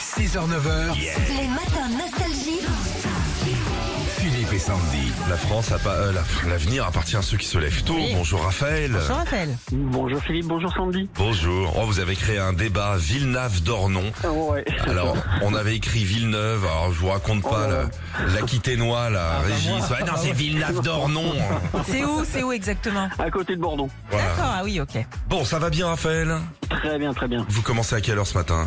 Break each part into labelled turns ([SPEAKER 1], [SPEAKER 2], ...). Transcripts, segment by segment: [SPEAKER 1] 6h-9h,
[SPEAKER 2] Les matins nostalgie.
[SPEAKER 1] Philippe et Sandy.
[SPEAKER 3] La France a pas euh, la- l'avenir appartient à ceux qui se lèvent tôt. Bonjour Raphaël.
[SPEAKER 4] Bonjour Raphaël.
[SPEAKER 5] Bonjour Philippe, bonjour Sandy.
[SPEAKER 3] Bonjour. Oh, vous avez créé un débat Villeneuve d'Ornon.
[SPEAKER 5] Ouais.
[SPEAKER 3] Alors, on avait écrit Villeneuve. Alors, je vous raconte pas
[SPEAKER 5] Oh là
[SPEAKER 3] la l'Aquitainois,
[SPEAKER 4] Ah,
[SPEAKER 3] la Régis. Ouais, non, c'est Villeneuve d'Ornon.
[SPEAKER 4] C'est où C'est où exactement
[SPEAKER 5] à côté de Bordeaux.
[SPEAKER 3] Voilà.
[SPEAKER 4] D'accord, ah oui, ok.
[SPEAKER 3] Bon, ça va bien, Raphaël.
[SPEAKER 5] Très bien, très bien.
[SPEAKER 3] Vous commencez à quelle heure ce matin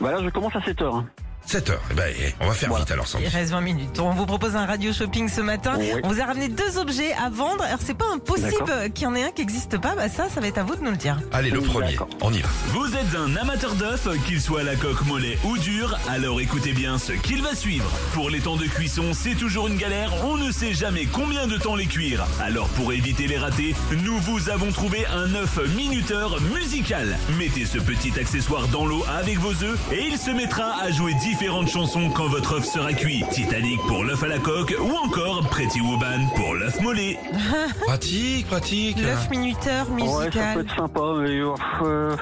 [SPEAKER 5] Bah là, je commence à 7 heures.
[SPEAKER 3] 7 heures. Eh ben, eh, on va faire
[SPEAKER 5] Voilà.
[SPEAKER 3] vite alors, Sandy.
[SPEAKER 4] Il reste 20 minutes. On vous propose un radio shopping ce matin.
[SPEAKER 5] Oui.
[SPEAKER 4] On vous a ramené deux objets à vendre. Alors c'est pas impossible
[SPEAKER 5] D'accord.
[SPEAKER 4] qu'il y en ait un qui n'existe pas. Bah ça, ça va être à vous de nous le dire.
[SPEAKER 3] Allez, le premier.
[SPEAKER 5] D'accord.
[SPEAKER 3] On y va.
[SPEAKER 6] Vous êtes un amateur d'œufs, qu'il soit à la coque mollet ou dur, alors écoutez bien ce qu'il va suivre. Pour les temps de cuisson, c'est toujours une galère, on ne sait jamais combien de temps les cuire. Alors pour éviter les ratés, nous vous avons trouvé un œuf minuteur musical. Mettez ce petit accessoire dans l'eau avec vos œufs et il se mettra à jouer différentes chansons quand votre œuf sera cuit. Titanic pour l'œuf à la coque ou encore Pretty Woman pour l'œuf mollet.
[SPEAKER 3] Pratique, pratique.
[SPEAKER 4] L'œuf minuteur
[SPEAKER 5] Ouais, ça peut
[SPEAKER 4] musical.
[SPEAKER 5] être sympa, mais euh, euh,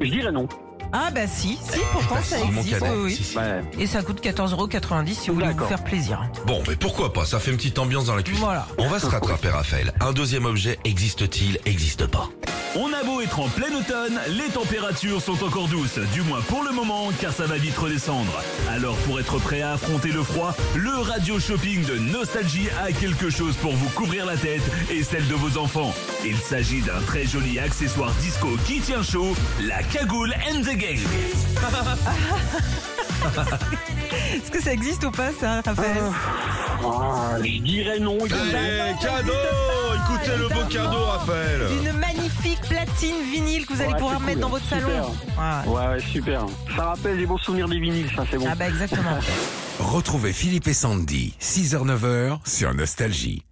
[SPEAKER 5] je dirais non.
[SPEAKER 4] Ah bah si, si, pourtant ça
[SPEAKER 3] Ah, mon
[SPEAKER 4] existe.
[SPEAKER 3] cadet.
[SPEAKER 4] oui, oui. Bah,
[SPEAKER 3] Si, si.
[SPEAKER 5] Ouais.
[SPEAKER 4] Et ça coûte 14,90€ si vous voulez vous
[SPEAKER 5] D'accord.
[SPEAKER 4] faire plaisir.
[SPEAKER 3] Bon, mais pourquoi pas Ça fait une petite ambiance dans la cuisine.
[SPEAKER 4] Voilà.
[SPEAKER 3] On va se rattraper, Raphaël. Un deuxième objet existe-t-il Existe pas.
[SPEAKER 6] On a beau être en plein automne, les températures sont encore douces, du moins pour le moment, car ça va vite redescendre. Alors pour être prêt à affronter le froid, le radio shopping de Nostalgie a quelque chose pour vous couvrir la tête et celle de vos enfants. Il s'agit d'un très joli accessoire disco qui tient chaud, la cagoule and the gang.
[SPEAKER 4] Est-ce que ça existe ou pas ça, Raphaël
[SPEAKER 5] Ah, je dirais non. également.
[SPEAKER 3] Allez, cadeau Écoutez le beau cadeau, Raphaël
[SPEAKER 4] Une magnifique platine vinyle que vous allez
[SPEAKER 5] Ouais,
[SPEAKER 4] pouvoir
[SPEAKER 5] c'est
[SPEAKER 4] mettre dans
[SPEAKER 5] cool, hein.
[SPEAKER 4] votre
[SPEAKER 5] super.
[SPEAKER 4] salon. Ah.
[SPEAKER 5] Ouais, ouais, super. Ça rappelle des bons souvenirs des vinyles, ça, c'est bon.
[SPEAKER 4] ah bah exactement.
[SPEAKER 1] Retrouvez Philippe et Sandy, 6h-9h, sur Nostalgie.